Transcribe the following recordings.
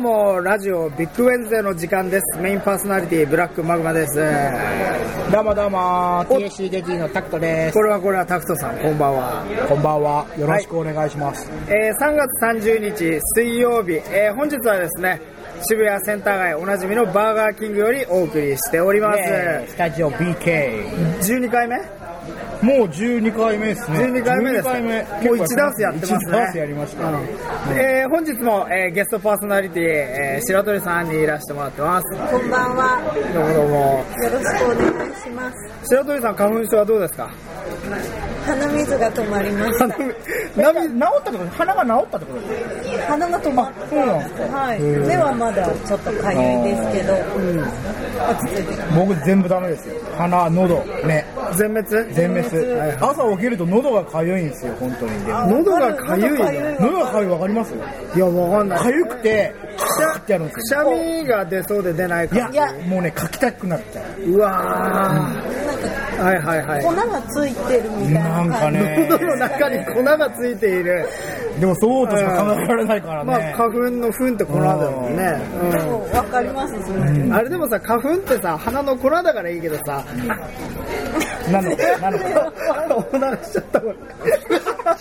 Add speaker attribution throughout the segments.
Speaker 1: のラジオビッグウェンズデーの時間ですメインパーソナリティブラックマグマです
Speaker 2: どうもどうも TCDD のタクトです
Speaker 1: これはこれはタクトさんこんばんは
Speaker 2: こんばんはよろしくお願いします、
Speaker 1: えー3月30日水曜日、えー本日はですね渋谷センター街おなじみのバーガーキングよりお送りしております、
Speaker 2: ねスタジオ BK
Speaker 1: 12回目
Speaker 2: もう12回目ですね
Speaker 1: 12回目です
Speaker 2: 12回目
Speaker 1: もう1ダースやってますね
Speaker 2: 1ダースやりました、
Speaker 1: うんえー本日も、えーゲストパーソナリティ、えー白鳥さんにいらしてもらってます
Speaker 3: こんばんは。
Speaker 1: どうもどうも
Speaker 3: よろしくお願いします。
Speaker 1: 白鳥さん花粉症はどうですか
Speaker 3: 鼻水が止まりました。
Speaker 2: なみ治ったってこと鼻が治ったってこと
Speaker 3: 鼻が止まった。
Speaker 2: そうなんです
Speaker 3: はい。目はまだちょっとかゆいですけど、落ち着いてきま。
Speaker 2: 僕全部ダメですよ鼻喉目
Speaker 1: 全滅
Speaker 2: 全滅朝起きると喉が痒いんですよ本当にです
Speaker 1: 喉がかゆいの
Speaker 3: 喉か
Speaker 2: 喉が痒いわかります
Speaker 1: いやわかんない
Speaker 2: 痒くてカッてやるんで
Speaker 1: く
Speaker 2: す
Speaker 1: し
Speaker 2: よ
Speaker 1: ゃみが出そうで出ない
Speaker 2: い
Speaker 1: か
Speaker 2: やもうね書きたくなっちゃう
Speaker 1: うわ
Speaker 3: なんか
Speaker 1: ーはいはいはい
Speaker 3: 粉がついてるみたいな
Speaker 2: な
Speaker 3: 感じ。
Speaker 2: んかね
Speaker 1: 喉の中に粉がついている、
Speaker 2: でもそうとしか考えられないから
Speaker 1: まあ
Speaker 2: ね、
Speaker 1: 花粉の粉って粉だもんね、
Speaker 3: でもわかりますそれ。
Speaker 1: うんあれでもさ花粉ってさ鼻の粉だからいいけどさ
Speaker 2: なのかなのか
Speaker 1: おならしちゃったこれ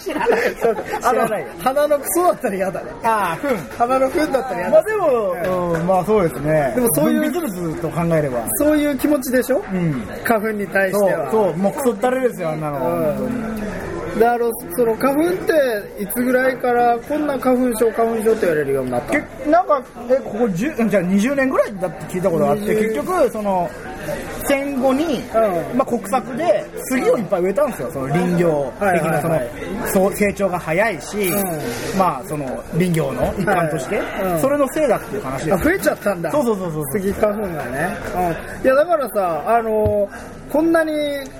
Speaker 1: 知ら
Speaker 2: ない
Speaker 1: あ
Speaker 2: 知らない
Speaker 1: の鼻のクソだったら嫌だね
Speaker 2: ああふん
Speaker 1: 鼻の粉だったら嫌
Speaker 2: ま
Speaker 1: だ
Speaker 2: あでも、うん、まあそうですね
Speaker 1: でもそういう
Speaker 2: 分泌物と考えれば
Speaker 1: そういう気持ちでしょ、
Speaker 2: ん
Speaker 1: 花粉に対して
Speaker 2: そう
Speaker 1: は
Speaker 2: そうもうクソったれですよあんなの、
Speaker 1: であのその花粉っていつぐらいからこんな花粉症花粉症って言われるようになったの
Speaker 2: けなんかえここ10うんじゃあ20年ぐらいだって聞いたことがあって
Speaker 1: 20
Speaker 2: 結局その戦後に、
Speaker 1: うん
Speaker 2: まあ、国策で杉をいっぱい植えたんですよその林業的
Speaker 1: はいはい
Speaker 2: なその、
Speaker 1: はい
Speaker 2: そう成長が早いし、
Speaker 1: う
Speaker 2: まあその林業の一環として、
Speaker 1: はいうん
Speaker 2: それのせいだっていう話で
Speaker 1: あ
Speaker 2: す
Speaker 1: 増えちゃったんだ
Speaker 2: そうそうそうそう
Speaker 1: スギ花粉がね、うん、いやだからさあのーこんなに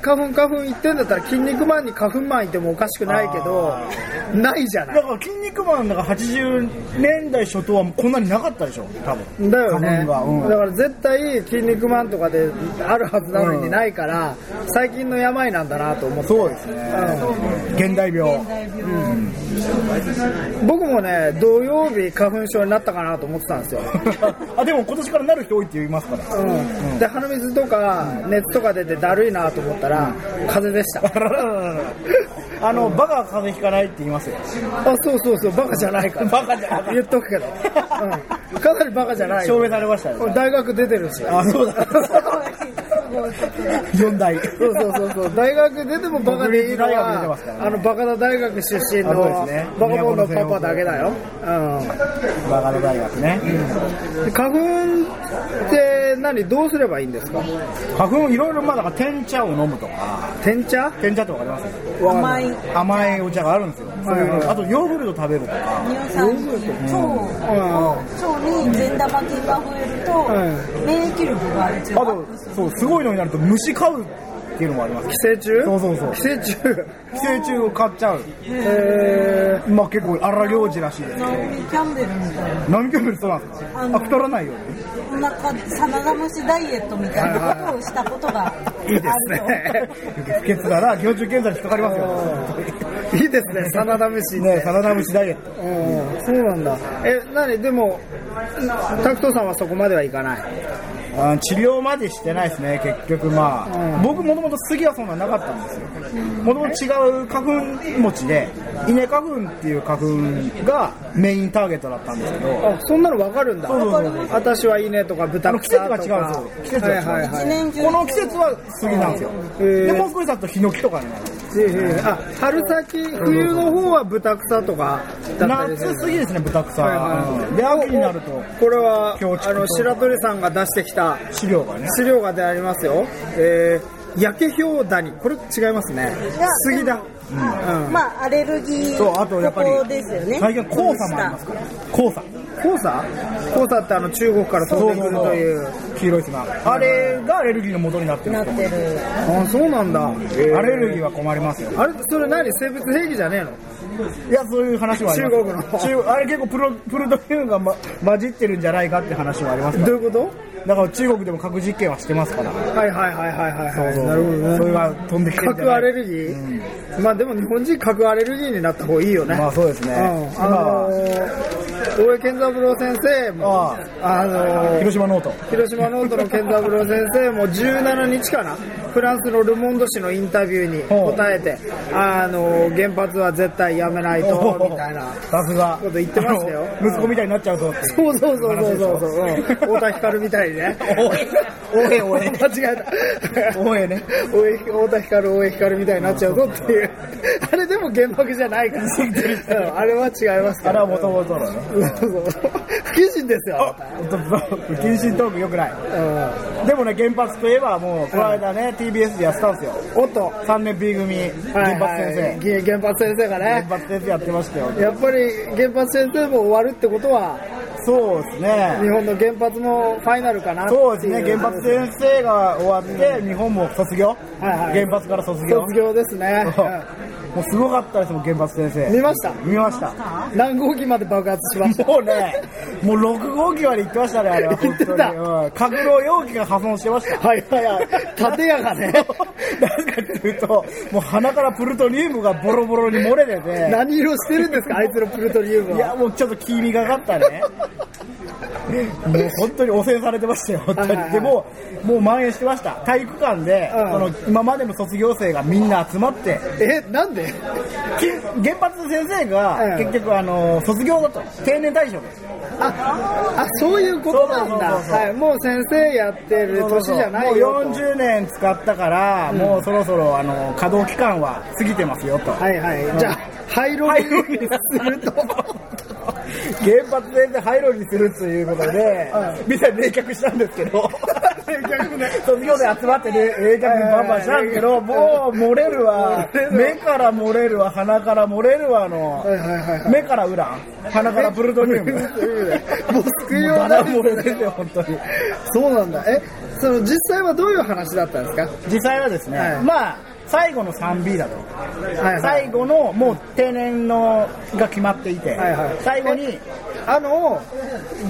Speaker 1: 花粉花粉言ってんだったら筋肉マンに花粉マンいてもおかしくないけど
Speaker 2: あ
Speaker 1: ないじゃな
Speaker 2: だ
Speaker 1: い
Speaker 2: から「筋肉マン」なんか80年代初頭はこんなになかったでしょ多分
Speaker 1: だよね
Speaker 2: 花粉が、うん
Speaker 1: だから絶対筋肉マンとかであるはずなの
Speaker 2: う
Speaker 1: に
Speaker 2: ん
Speaker 1: ないから、最近の病なんだなと思って
Speaker 2: そうですね現代病
Speaker 1: 僕もね土曜日花粉症になったかなと思ってたんですよ
Speaker 2: あでも今年からなる人多いって言いますから
Speaker 1: うんで鼻水とか熱とか出てだるいなと思ったら風邪でした
Speaker 2: あらららら あの、バカは風邪ひかないって言いますよ。
Speaker 1: あそうそうそうバカじゃないから
Speaker 2: バカじゃない
Speaker 1: 言っとくけど、うん、かなりバカじゃない
Speaker 2: 証
Speaker 1: よ
Speaker 2: 明されました
Speaker 1: 俺
Speaker 2: ね。
Speaker 1: 大学出てるし
Speaker 2: あ、そう だ。四大。
Speaker 1: そうそうそうそう大学出てもバカでいいの
Speaker 2: 僕立大学出て
Speaker 1: は
Speaker 2: ますからね
Speaker 1: あのバカな大学出身の
Speaker 2: あそうですね
Speaker 1: バカボンのパパだけだよ、
Speaker 2: バカの大学ね。
Speaker 1: うんで、花粉って何どうすればいいんですか
Speaker 2: 花粉いろいろまあだから天茶を飲むとか、
Speaker 1: 天茶
Speaker 2: 天茶ってわかります
Speaker 3: 甘い乳
Speaker 2: 甘いお茶があるんですよ。そういうのあとヨーグルト食べるとか。
Speaker 3: 酸菌、腸
Speaker 1: うん
Speaker 3: 腸に善玉菌が増えると、
Speaker 1: う
Speaker 3: 免疫力がある
Speaker 2: あと、そう、すごいのになると虫飼うっていうのもあります。
Speaker 1: 寄生虫
Speaker 2: そうそうそう
Speaker 1: 寄生虫
Speaker 2: 寄生虫を飼っちゃう。
Speaker 1: え
Speaker 2: まあ結構荒行事らしいですけど
Speaker 3: ナオミキャンベルみたいな
Speaker 2: 何キロそうなんです
Speaker 3: あ
Speaker 2: か
Speaker 3: の
Speaker 2: あ、太らないように。
Speaker 3: お腹サナダムシダイエットみたいなことをしたことがあ
Speaker 1: ー、いい
Speaker 3: る
Speaker 1: で
Speaker 3: と
Speaker 1: すね
Speaker 2: 不潔だな、行中検査に引っかかりますよ。
Speaker 1: いいですね真田虫
Speaker 2: ねサラダ虫ダイエット。
Speaker 1: うんそうなんだえ何でもタクトさんはそこまではいかない
Speaker 2: あー治療までしてないですね、結局まあ、
Speaker 1: うん
Speaker 2: 僕もともと杉はそんななかったんですよ、もともと違う花粉持ちで、稲花粉っていう花粉がメインターゲットだったんですけど、
Speaker 1: あそんなの分かるんだ
Speaker 2: そうそうそう
Speaker 1: 私はいいねとか豚草とか
Speaker 2: あの季節が違うんですよ季節が違う
Speaker 1: はいはい
Speaker 3: 一
Speaker 1: はい
Speaker 3: 年中
Speaker 2: この季節は杉なんですよ、
Speaker 1: ー
Speaker 2: でもう少しだとヒノキとかになる、
Speaker 1: あ春先冬の方は豚草とかだったりする
Speaker 2: 夏杉ですね、豚草、
Speaker 1: はいはい
Speaker 2: うんで秋になると
Speaker 1: これは
Speaker 2: 今日
Speaker 1: あの白鳥さんが出してきた
Speaker 2: 資料がね、
Speaker 1: 資料がでありますよえー、焼けひょうだにこれ違いますね
Speaker 3: いや
Speaker 1: 杉だうん
Speaker 3: まあアレルギー
Speaker 2: そうあとやっぱり
Speaker 3: ここですよね
Speaker 2: 最近は黄砂もありますから、黄砂。
Speaker 1: 黄砂黄砂ってあの中国から飛んでくるという
Speaker 2: 黄色い砂あれがアレルギーの元になってる
Speaker 3: なってる
Speaker 1: あそうなんだ
Speaker 2: アレルギーは困りますよ
Speaker 1: あれそれ何生物兵器じゃねえの
Speaker 2: いやそういう話はあります
Speaker 1: 中国の
Speaker 2: 中あれ結構プロプルトニウムが、ま、混じってるんじゃないかって話はありますから
Speaker 1: どういうこ
Speaker 2: だから中国でも核実験はしてますから
Speaker 1: とはいはいはいはいはいはいなるほどね
Speaker 2: それが飛んできてるんじ
Speaker 1: 核
Speaker 2: ゃない
Speaker 1: アレルギー、まあでも日本人核アレルギーになった方がいいよね、
Speaker 2: まあそうですね、
Speaker 1: うん
Speaker 2: 今
Speaker 1: あの
Speaker 2: は
Speaker 1: ー大江健三郎先生も、
Speaker 2: あ
Speaker 1: あの
Speaker 2: 広島ノート。
Speaker 1: 広島ノートの健三郎先生も17日かな、フランスのル・モンド紙のインタビューに答えて、あの原発は絶対やめないとみたいな、
Speaker 2: さすが。
Speaker 1: こと言ってましたよ
Speaker 2: あの息子みたいになっちゃうぞって。
Speaker 1: そうそうそうそうそうそう、うん太田光みたいにね、
Speaker 2: おえおえ。
Speaker 1: 間違えた、
Speaker 2: おえね。
Speaker 1: 大江太田光、大江光みたいになっちゃうぞっていう、あれでも原爆じゃないから、うんあれは違います
Speaker 2: あ
Speaker 1: か
Speaker 2: れ
Speaker 1: ら、
Speaker 2: はもともとのね。
Speaker 1: そうそう不謹慎ですよ、
Speaker 2: 不謹慎トークよくない。
Speaker 1: うん
Speaker 2: でもね、原発といえばもう、この間ね、TBS でやってたんですよ。
Speaker 1: おっと、
Speaker 2: 3年 B 組、
Speaker 1: は
Speaker 2: 原
Speaker 1: い
Speaker 2: 発
Speaker 1: はい
Speaker 2: 先生。
Speaker 1: げ原発先生が
Speaker 2: 原
Speaker 1: ね、
Speaker 2: 発先生やってましたよ。
Speaker 1: やっぱり原発先生も終わるってことは、
Speaker 2: そうですね
Speaker 1: 日。本の原発もファイナルかなってい
Speaker 2: そうですね、原発先生が終わって、日本も卒業、
Speaker 1: はいはい
Speaker 2: 原発から卒業
Speaker 1: 卒業ですね、
Speaker 2: もうすごかったですもん、原発先
Speaker 1: うん見
Speaker 2: 生。
Speaker 1: ました、
Speaker 2: 見ました。
Speaker 1: 何号機まで爆発しました。
Speaker 2: もうね、もう6号機まで行ってましたね、あれは、
Speaker 1: 行
Speaker 2: 本
Speaker 1: って
Speaker 2: 当
Speaker 1: た
Speaker 2: に。うん格納容器が破損してました。
Speaker 1: はいはい はい、建屋がね、
Speaker 2: なんかっていうと、もう鼻からプルトニウムがボロボロに漏れてて、
Speaker 1: 何色してるんですか、あいつのプルトニウム
Speaker 2: い
Speaker 1: は。
Speaker 2: や、もうちょっと黄みがかったね。もう本当に汚染されてましたよ、本当
Speaker 1: はいはいは
Speaker 2: に。
Speaker 1: い
Speaker 2: でも、もう蔓延してました。体育館で、
Speaker 1: うん
Speaker 2: その今までの卒業生がみんな集まって、
Speaker 1: え、なんで
Speaker 2: き原発先生が
Speaker 1: うん
Speaker 2: 結局あの卒業だと定年退職です
Speaker 1: あ、あ、そういうことなんだ。
Speaker 2: そうそうそうそう
Speaker 1: はい、もう先生やってる年じゃないよ
Speaker 2: もう
Speaker 1: と。
Speaker 2: 40年使ったから、もうそろそろあの稼働期間は過ぎてますよと、
Speaker 1: はいはい。じゃあ、廃炉
Speaker 2: 廃
Speaker 1: に
Speaker 2: 炉に
Speaker 1: すると。
Speaker 2: 原発全然廃炉にするということで、みんな冷却したんですけど 卒業で集まってね冷却バンバンしたんですけど、もう漏れるわ目から漏れるわ鼻から漏れるわの、
Speaker 1: はいはいはいはい
Speaker 2: 目からウラン鼻からプルトニウム
Speaker 1: もう救いよう
Speaker 2: バ
Speaker 1: が
Speaker 2: ラ
Speaker 1: ない
Speaker 2: 漏れてて本当に
Speaker 1: そうなんだ。え、その実際はどういう話だったんですか
Speaker 2: 実際はですね、
Speaker 1: はい
Speaker 2: まあ最後の 3B だと、
Speaker 1: はいはい。
Speaker 2: 最後のもう定年のが決まっていて、
Speaker 1: はいはい
Speaker 2: 最後に
Speaker 1: あの、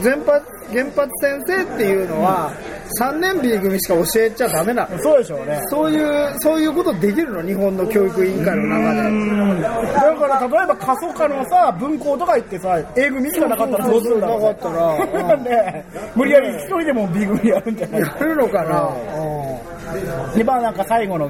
Speaker 1: 原発、原発先生っていうのは、3年 B 組しか教えちゃダメなの。
Speaker 2: そうでしょうね
Speaker 1: そういう、そういうことできるの日本の教育委員会の中で。
Speaker 2: だから例えば過疎化のさ文校とか行ってさ A 組しかなかったらどうするんだろう
Speaker 1: なかったら
Speaker 2: ね無理やり一人でも B 組やるんじゃない
Speaker 1: やるのかな、
Speaker 2: でまあなんか最後の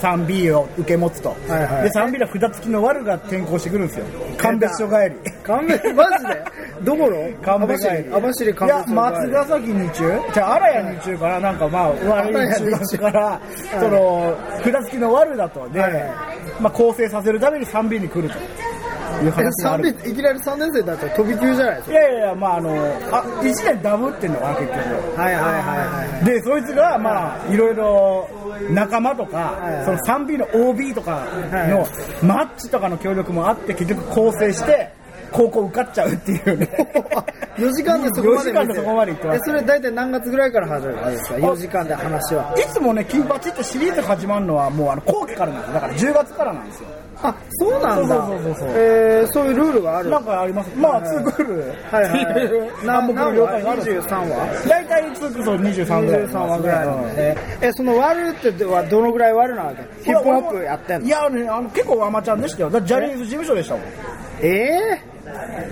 Speaker 2: 3B を受け持つと、
Speaker 1: はいはい
Speaker 2: で 3B の札付きの悪が転校してくるんですよ鑑別所帰り
Speaker 1: 勘弁、マジでどこの
Speaker 2: 神戸帰
Speaker 1: 網走、
Speaker 2: り
Speaker 1: 網走
Speaker 2: い
Speaker 1: 勘
Speaker 2: や
Speaker 1: 弁
Speaker 2: 松ヶ崎二中じゃあ荒谷二中からなんかまあ悪い中学からその札付きの悪だとで、
Speaker 1: はい
Speaker 2: まあ構成させるために 3B に来るという
Speaker 1: え
Speaker 2: 話があ
Speaker 1: 三
Speaker 2: る
Speaker 1: 年いきなり3年生だったら飛び級じゃないです
Speaker 2: いやいやいやまああのあ1年ダブってんのかな結局
Speaker 1: か。はいはいはいはい。
Speaker 2: でそいつがまあいろいろ仲間とか
Speaker 1: はい
Speaker 2: その 3B の OB とか
Speaker 1: は
Speaker 2: のマッチとかの協力もあって結局構成して高校受かっちゃうっていうね
Speaker 1: 4時間でそこまで見て
Speaker 2: 4時間でそこまで行ってま
Speaker 1: え
Speaker 2: す
Speaker 1: それ大体何月ぐらいから始まるんですか ?4 時間で話はい
Speaker 2: つもね、金八ってシリーズ始まるのはもうあの後期からなんですよ。だから10月からなんですよ。
Speaker 1: あそうなんだ
Speaker 2: そうそうそうそう
Speaker 1: えーそういうルールがある
Speaker 2: なんかありますまあ、ツークール
Speaker 1: はいはい
Speaker 2: っていう
Speaker 1: 何話
Speaker 2: 南北の了解があるんですよ。
Speaker 1: 23話
Speaker 2: 大体ツークールそう23ぐらい。
Speaker 1: 23話ぐらいなん
Speaker 2: うん
Speaker 1: だねえその悪ってではどのぐらい悪なわけヒップホップやってんの
Speaker 2: いやね、あの結構アマちゃんでしたよ。だってジャニーズ事務所でしたもん。
Speaker 1: え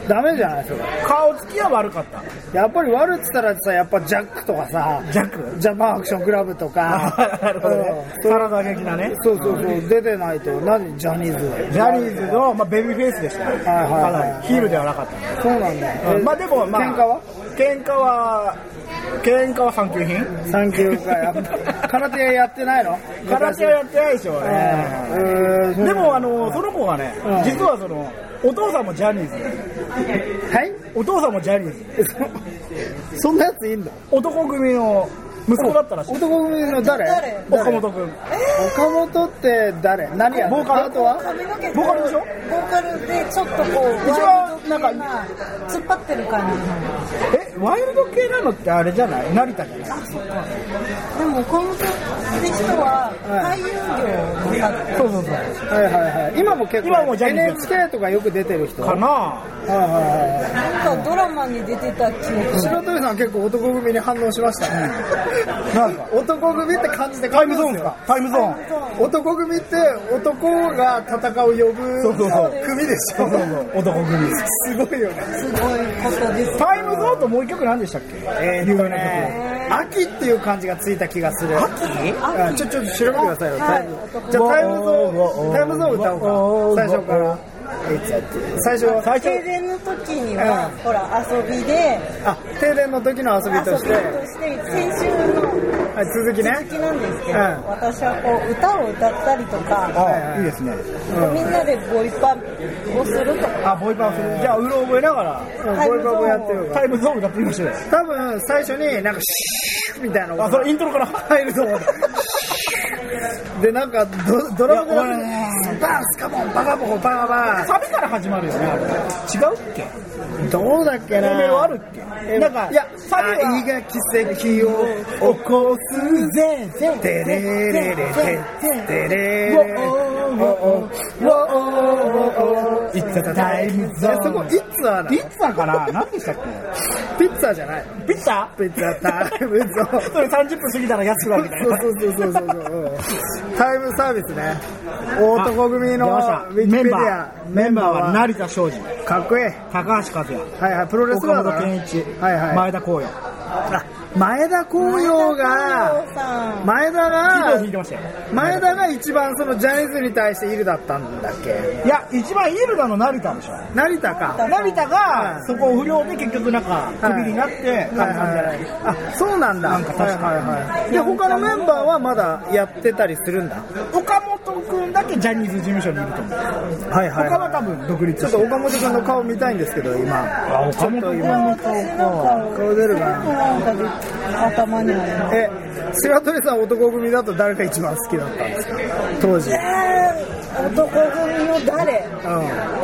Speaker 1: ー、ダメじゃないそれ
Speaker 2: 顔つきは悪かった。
Speaker 1: やっぱり悪っつったらさやっぱジャックとかさ
Speaker 2: ジャック
Speaker 1: ジャパンアクションクラブとか
Speaker 2: なるほどね。
Speaker 1: うん
Speaker 2: サラダ劇なね。
Speaker 1: そうそうそう出てないと何ジャニーズ
Speaker 2: ジャニーズの、まあ、ベビーフェイスでしたね。
Speaker 1: はいはい
Speaker 2: かなり。ヒールではなかった。
Speaker 1: そうなんだ
Speaker 2: うんまあでも、まあ、
Speaker 1: 喧嘩は
Speaker 2: 喧嘩は、喧嘩は産休品
Speaker 1: 産休かやっぱ 空手やってないの
Speaker 2: 空手はやってないでしょうね。
Speaker 1: えー
Speaker 2: でも、あの、その子がね
Speaker 1: うん、
Speaker 2: 実はその、お父さんもジャニーズで
Speaker 1: はい
Speaker 2: お父さんもジャニーズで
Speaker 1: そそんなやついんの
Speaker 2: 男組の息子だったらしい。
Speaker 1: 男組の誰
Speaker 3: 誰
Speaker 2: 岡本君。
Speaker 1: 岡本って誰何や
Speaker 2: ボーカル
Speaker 1: あとは
Speaker 3: 髪の毛が
Speaker 2: ボーカルでしょ
Speaker 3: ボーカルでちょっとこう
Speaker 2: 一番
Speaker 3: ワイルド系
Speaker 2: なん
Speaker 3: な突っ張ってる感
Speaker 2: え、
Speaker 3: じ
Speaker 2: ワイルド系なのってあれじゃない成田じゃない
Speaker 3: でも岡本って人は俳優業の方
Speaker 2: そうそうそ
Speaker 1: は
Speaker 2: う
Speaker 1: いはいはい今も結構
Speaker 2: 今もジャニーズ
Speaker 1: NHK とかよく出てる人
Speaker 2: か
Speaker 1: はい
Speaker 2: な
Speaker 1: はいはいはい
Speaker 3: なんかドラマに出てた記憶
Speaker 1: 白鳥さん結構男組に反応しましたね。なんか男組って感じで
Speaker 2: タイムゾーンですかタイムゾーン
Speaker 1: 男組って男が戦う呼ぶ
Speaker 2: そうそうそう
Speaker 1: 組でし
Speaker 2: そうそう
Speaker 1: ょ。
Speaker 2: そう男組
Speaker 1: すごいよね。
Speaker 3: すごいことです
Speaker 2: タイムゾーンともう一曲何でしたっけ
Speaker 1: え
Speaker 2: 有
Speaker 1: ー、
Speaker 2: 名な曲
Speaker 1: ね、秋っていう感じがついた気がする。
Speaker 3: 秋
Speaker 1: うんちょ、ちょっと調べてくださいよ。タイム
Speaker 3: はい
Speaker 1: じゃあタイムゾーン、タイムゾーン歌おうか。最初から。最初は、
Speaker 2: 最
Speaker 3: 停
Speaker 2: 初
Speaker 3: 電の時には、ほら遊びで
Speaker 1: あ、停電の時の遊び
Speaker 3: 遊び
Speaker 1: と
Speaker 3: と
Speaker 1: し、
Speaker 3: して
Speaker 1: はい
Speaker 3: て先週の
Speaker 1: 続きね。
Speaker 3: 続きなんですけど、
Speaker 1: うん
Speaker 3: 私はこう歌を歌ったりとか、
Speaker 1: はい
Speaker 2: あ
Speaker 1: はい
Speaker 2: いいですね
Speaker 3: みんなでボイパをするとか
Speaker 2: あボイパーするじゃあうろ覚えなが
Speaker 1: うん
Speaker 3: タイ
Speaker 1: ボイ
Speaker 3: ムゾーン
Speaker 1: パもやってる
Speaker 2: ら
Speaker 1: から。
Speaker 2: タイムゾーン歌ってみましょうよ
Speaker 1: 多分、最初になんか、シューみたいな音
Speaker 2: あそれイントロから入ると思う
Speaker 1: でなんかドドラムが
Speaker 2: いや俺
Speaker 1: スパンスカモンバカボコバカバ
Speaker 2: サビから始まるよねあれ違うっけ
Speaker 1: どうだっけな
Speaker 2: メロあるっけ
Speaker 1: え
Speaker 2: なんか
Speaker 1: いや
Speaker 2: サビは
Speaker 1: 愛が奇跡を
Speaker 2: 起こすぜぜ
Speaker 1: テレレレテテレレ
Speaker 2: いつだタイムゾ
Speaker 1: えそこ
Speaker 2: ー
Speaker 1: イ
Speaker 2: ン
Speaker 1: ッツァな
Speaker 2: ピッツァから何でしたっ
Speaker 1: ピッツァじゃない
Speaker 2: けピッツァ
Speaker 1: ピッツァタイムゾーン
Speaker 2: それ30分過ぎたら安くなるみたい
Speaker 1: そう
Speaker 2: な
Speaker 1: そうそうそうそううんタイムサービスね男組の
Speaker 2: 出
Speaker 1: ウ
Speaker 2: ました
Speaker 1: ィキペデ
Speaker 2: メン
Speaker 1: ィ
Speaker 2: バ
Speaker 1: ア
Speaker 2: ーメンバーは
Speaker 1: な
Speaker 2: 成田昭次
Speaker 1: かっこいい
Speaker 2: 高橋和也
Speaker 1: はいはいプロレス
Speaker 2: 岡
Speaker 1: ラー
Speaker 2: 本
Speaker 1: だ
Speaker 2: 健
Speaker 1: ね
Speaker 2: 一
Speaker 1: はいはい
Speaker 2: 前田光陽
Speaker 1: あ前田光陽が
Speaker 3: 太陽さん
Speaker 1: 前田
Speaker 2: 一
Speaker 1: が
Speaker 2: を引いてましたよ
Speaker 1: 前田が一番そのジャニーズに対してイルだったんだっけ
Speaker 2: いや一番イルダの成田でしょ
Speaker 1: 成田か
Speaker 2: 成田
Speaker 1: う
Speaker 2: が
Speaker 1: ん
Speaker 2: そこを不良で結局なんかクビになって、
Speaker 1: はいはいはいあそうなんだ
Speaker 2: なんか確か
Speaker 1: はいはいはいで他のメンバーはまだやってたりするんだ
Speaker 2: 岡本君だけジャニーズ事務所にいると思う、
Speaker 1: はいは
Speaker 2: 他は多分独立
Speaker 1: ちょっ
Speaker 2: して
Speaker 1: と
Speaker 2: る
Speaker 1: 岡本君の顔見たいんですけど今
Speaker 2: あ岡本
Speaker 1: 君
Speaker 3: でも私なんか
Speaker 1: 顔出るかな
Speaker 3: なんか頭にあります
Speaker 1: え白鳥さん男組だと誰が一番好きだったんですか当時、うん、
Speaker 3: えー男組の誰い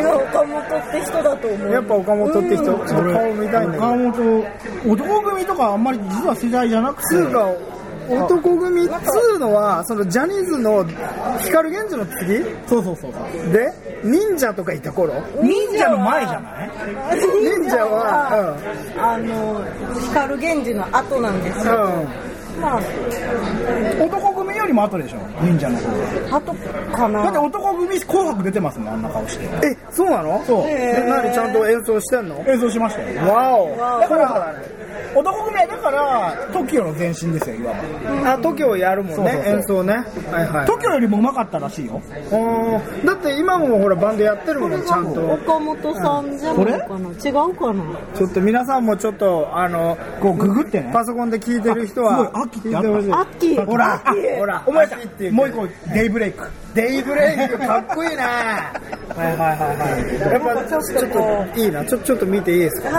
Speaker 3: や岡本って人だと思う
Speaker 1: やっぱ岡本って人ちょっと
Speaker 2: 俺
Speaker 1: 顔見たいんだけ
Speaker 2: 岡
Speaker 1: ど
Speaker 2: 本男組とかあんまり実は世代じゃなくて
Speaker 1: 2が男組っつうのはそのジャニーズの光源氏の次
Speaker 2: そうそうそうそう
Speaker 1: で忍者とかいた頃
Speaker 2: 忍者の前じゃない
Speaker 1: 忍者は
Speaker 3: あの光源氏の後なんですよ、まあ
Speaker 2: 男組よりも後でしょ忍者の方が
Speaker 3: 後かな
Speaker 2: だって男組紅白出てますもんあんな顔して
Speaker 1: うんえそうなの
Speaker 2: そう
Speaker 1: え何ちゃんと演奏してんの
Speaker 2: 映像しましたよ
Speaker 1: わお
Speaker 3: わお
Speaker 1: だから
Speaker 2: 男組はだから TOKIO の前身ですよいわば
Speaker 1: あ TOKIO やるもんね
Speaker 2: そうそうそう
Speaker 1: 演奏ねはいはい
Speaker 2: TOKIO よりも上手かったらしいよ
Speaker 1: おーだって今もほらバンドやってるもんちゃんと
Speaker 3: 岡本さんじゃないかな違うかな
Speaker 1: ちょっと皆さんもちょっとあの
Speaker 2: こうググってね
Speaker 1: パソコンで聞いてる人は聞い
Speaker 2: あすごい秋ってあった
Speaker 1: てほしい
Speaker 3: 秋
Speaker 1: ほら
Speaker 2: あ
Speaker 1: ほら
Speaker 2: 思い出
Speaker 1: 秋って
Speaker 2: し
Speaker 1: い
Speaker 2: た
Speaker 1: う
Speaker 2: もう一個デイブレイク
Speaker 1: デイブレイクかっこいいなはいはいはいはいやっぱちょ
Speaker 3: ちょっとこ
Speaker 1: っといいなちょちょっと見ていいです
Speaker 3: はい
Speaker 1: か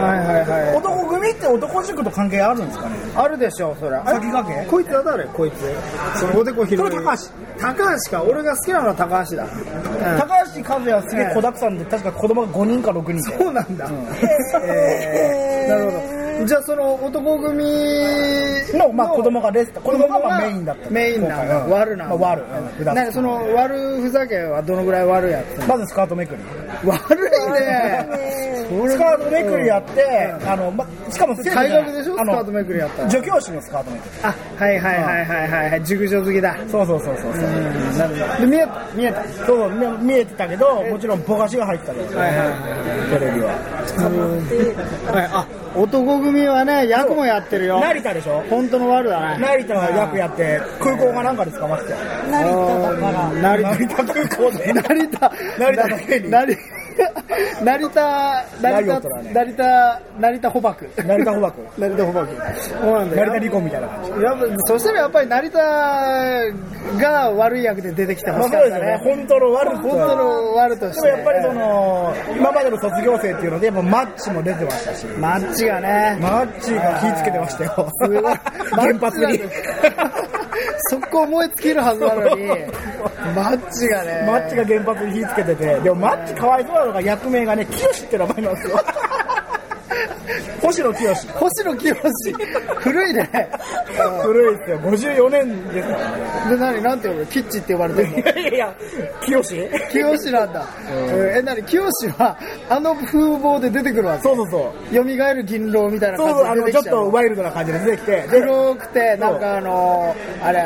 Speaker 1: はいはいはい
Speaker 2: 男組って男塾と関係あるんですかね
Speaker 1: あるでしょうそれ
Speaker 2: 先駆け
Speaker 1: こいつは誰こいつそのおでこ広い
Speaker 2: これ高橋
Speaker 1: 高橋か俺が好きなのは高橋だ、
Speaker 2: 高橋和也はすげえ子だくさんで確か子供が5人か6人で
Speaker 1: そうなんだ、えーなるほどじゃあその男組
Speaker 2: の、まあ、子供がレス子供がまあメインだった
Speaker 1: メインなんだ悪なんだ、
Speaker 2: まあ、悪、うん、
Speaker 1: なんかその悪ふざけはどのぐらい悪いやつ
Speaker 2: まずスカートめくり
Speaker 1: 悪いね
Speaker 2: スカートめくりやって、あの、ま、しかもセーフじゃない
Speaker 1: 退学でしょ
Speaker 2: あの
Speaker 1: スカートめくりやったら
Speaker 2: 助教師のスカートめくり
Speaker 1: あはいはいはいはいはいはい熟女好きだ
Speaker 2: そうそうそうそうそう、
Speaker 1: で見えた見えた
Speaker 2: そうそう見見えてたけどもちろんぼかしが入ってたけどテ
Speaker 1: はいはい
Speaker 2: レビは
Speaker 1: はい、あ男組はね役もやってるよ
Speaker 2: 成田でしょ
Speaker 1: 本当の悪だね
Speaker 2: 成田が役やって空港がなんかで捕まってたよ
Speaker 3: 成田だから
Speaker 1: 成田
Speaker 2: 成田空港で
Speaker 1: 成田
Speaker 2: 成田だけに
Speaker 1: 成成田
Speaker 2: ラ
Speaker 1: 成
Speaker 2: イオ
Speaker 1: 田
Speaker 2: ットだね
Speaker 1: 成田成田捕獲
Speaker 2: 成田捕獲
Speaker 1: 成田捕獲そうなんだ
Speaker 2: 成
Speaker 1: よ
Speaker 2: 田離婚みたいな感じ
Speaker 1: やっぱそしたらやっぱり成田が悪い役で出てきて
Speaker 2: ま
Speaker 1: ほ
Speaker 2: あ
Speaker 1: し
Speaker 2: そ
Speaker 1: か
Speaker 2: う
Speaker 1: っ
Speaker 2: で
Speaker 1: た
Speaker 2: すよね
Speaker 1: ね
Speaker 2: 本当の悪く
Speaker 1: 本当の悪と
Speaker 2: で
Speaker 1: し
Speaker 2: も
Speaker 1: て
Speaker 2: やっぱりその今までの卒業生っていうのでやっぱマッチも出てましたし
Speaker 1: マッチがね
Speaker 2: マッチが火つけてましたよ
Speaker 1: すごい
Speaker 2: 原発に
Speaker 1: そこ思いつけるはずなのにマッチがね
Speaker 2: マッチ が原発に火つけててでもマッチかわいそうなのが役名がね清って名前なんですよ星野清
Speaker 1: 星野清古いね。
Speaker 2: 古いですよ54年ですよ
Speaker 1: で、何、なんて呼ぶキッチって呼ばれてるの
Speaker 2: いやいや清
Speaker 1: 清なんだ。えーえ、何、清は、あの風貌で出てくるわけ
Speaker 2: そうそうそう
Speaker 1: 蘇る銀狼みたいな
Speaker 2: そうそうあ
Speaker 1: 感じで
Speaker 2: の
Speaker 1: 出
Speaker 2: ち
Speaker 1: て
Speaker 2: ょっ
Speaker 1: きちゃう
Speaker 2: と
Speaker 1: の
Speaker 2: ワイルドな感じで出てきてで
Speaker 1: 黒くて、なんかあのー、あれ、あ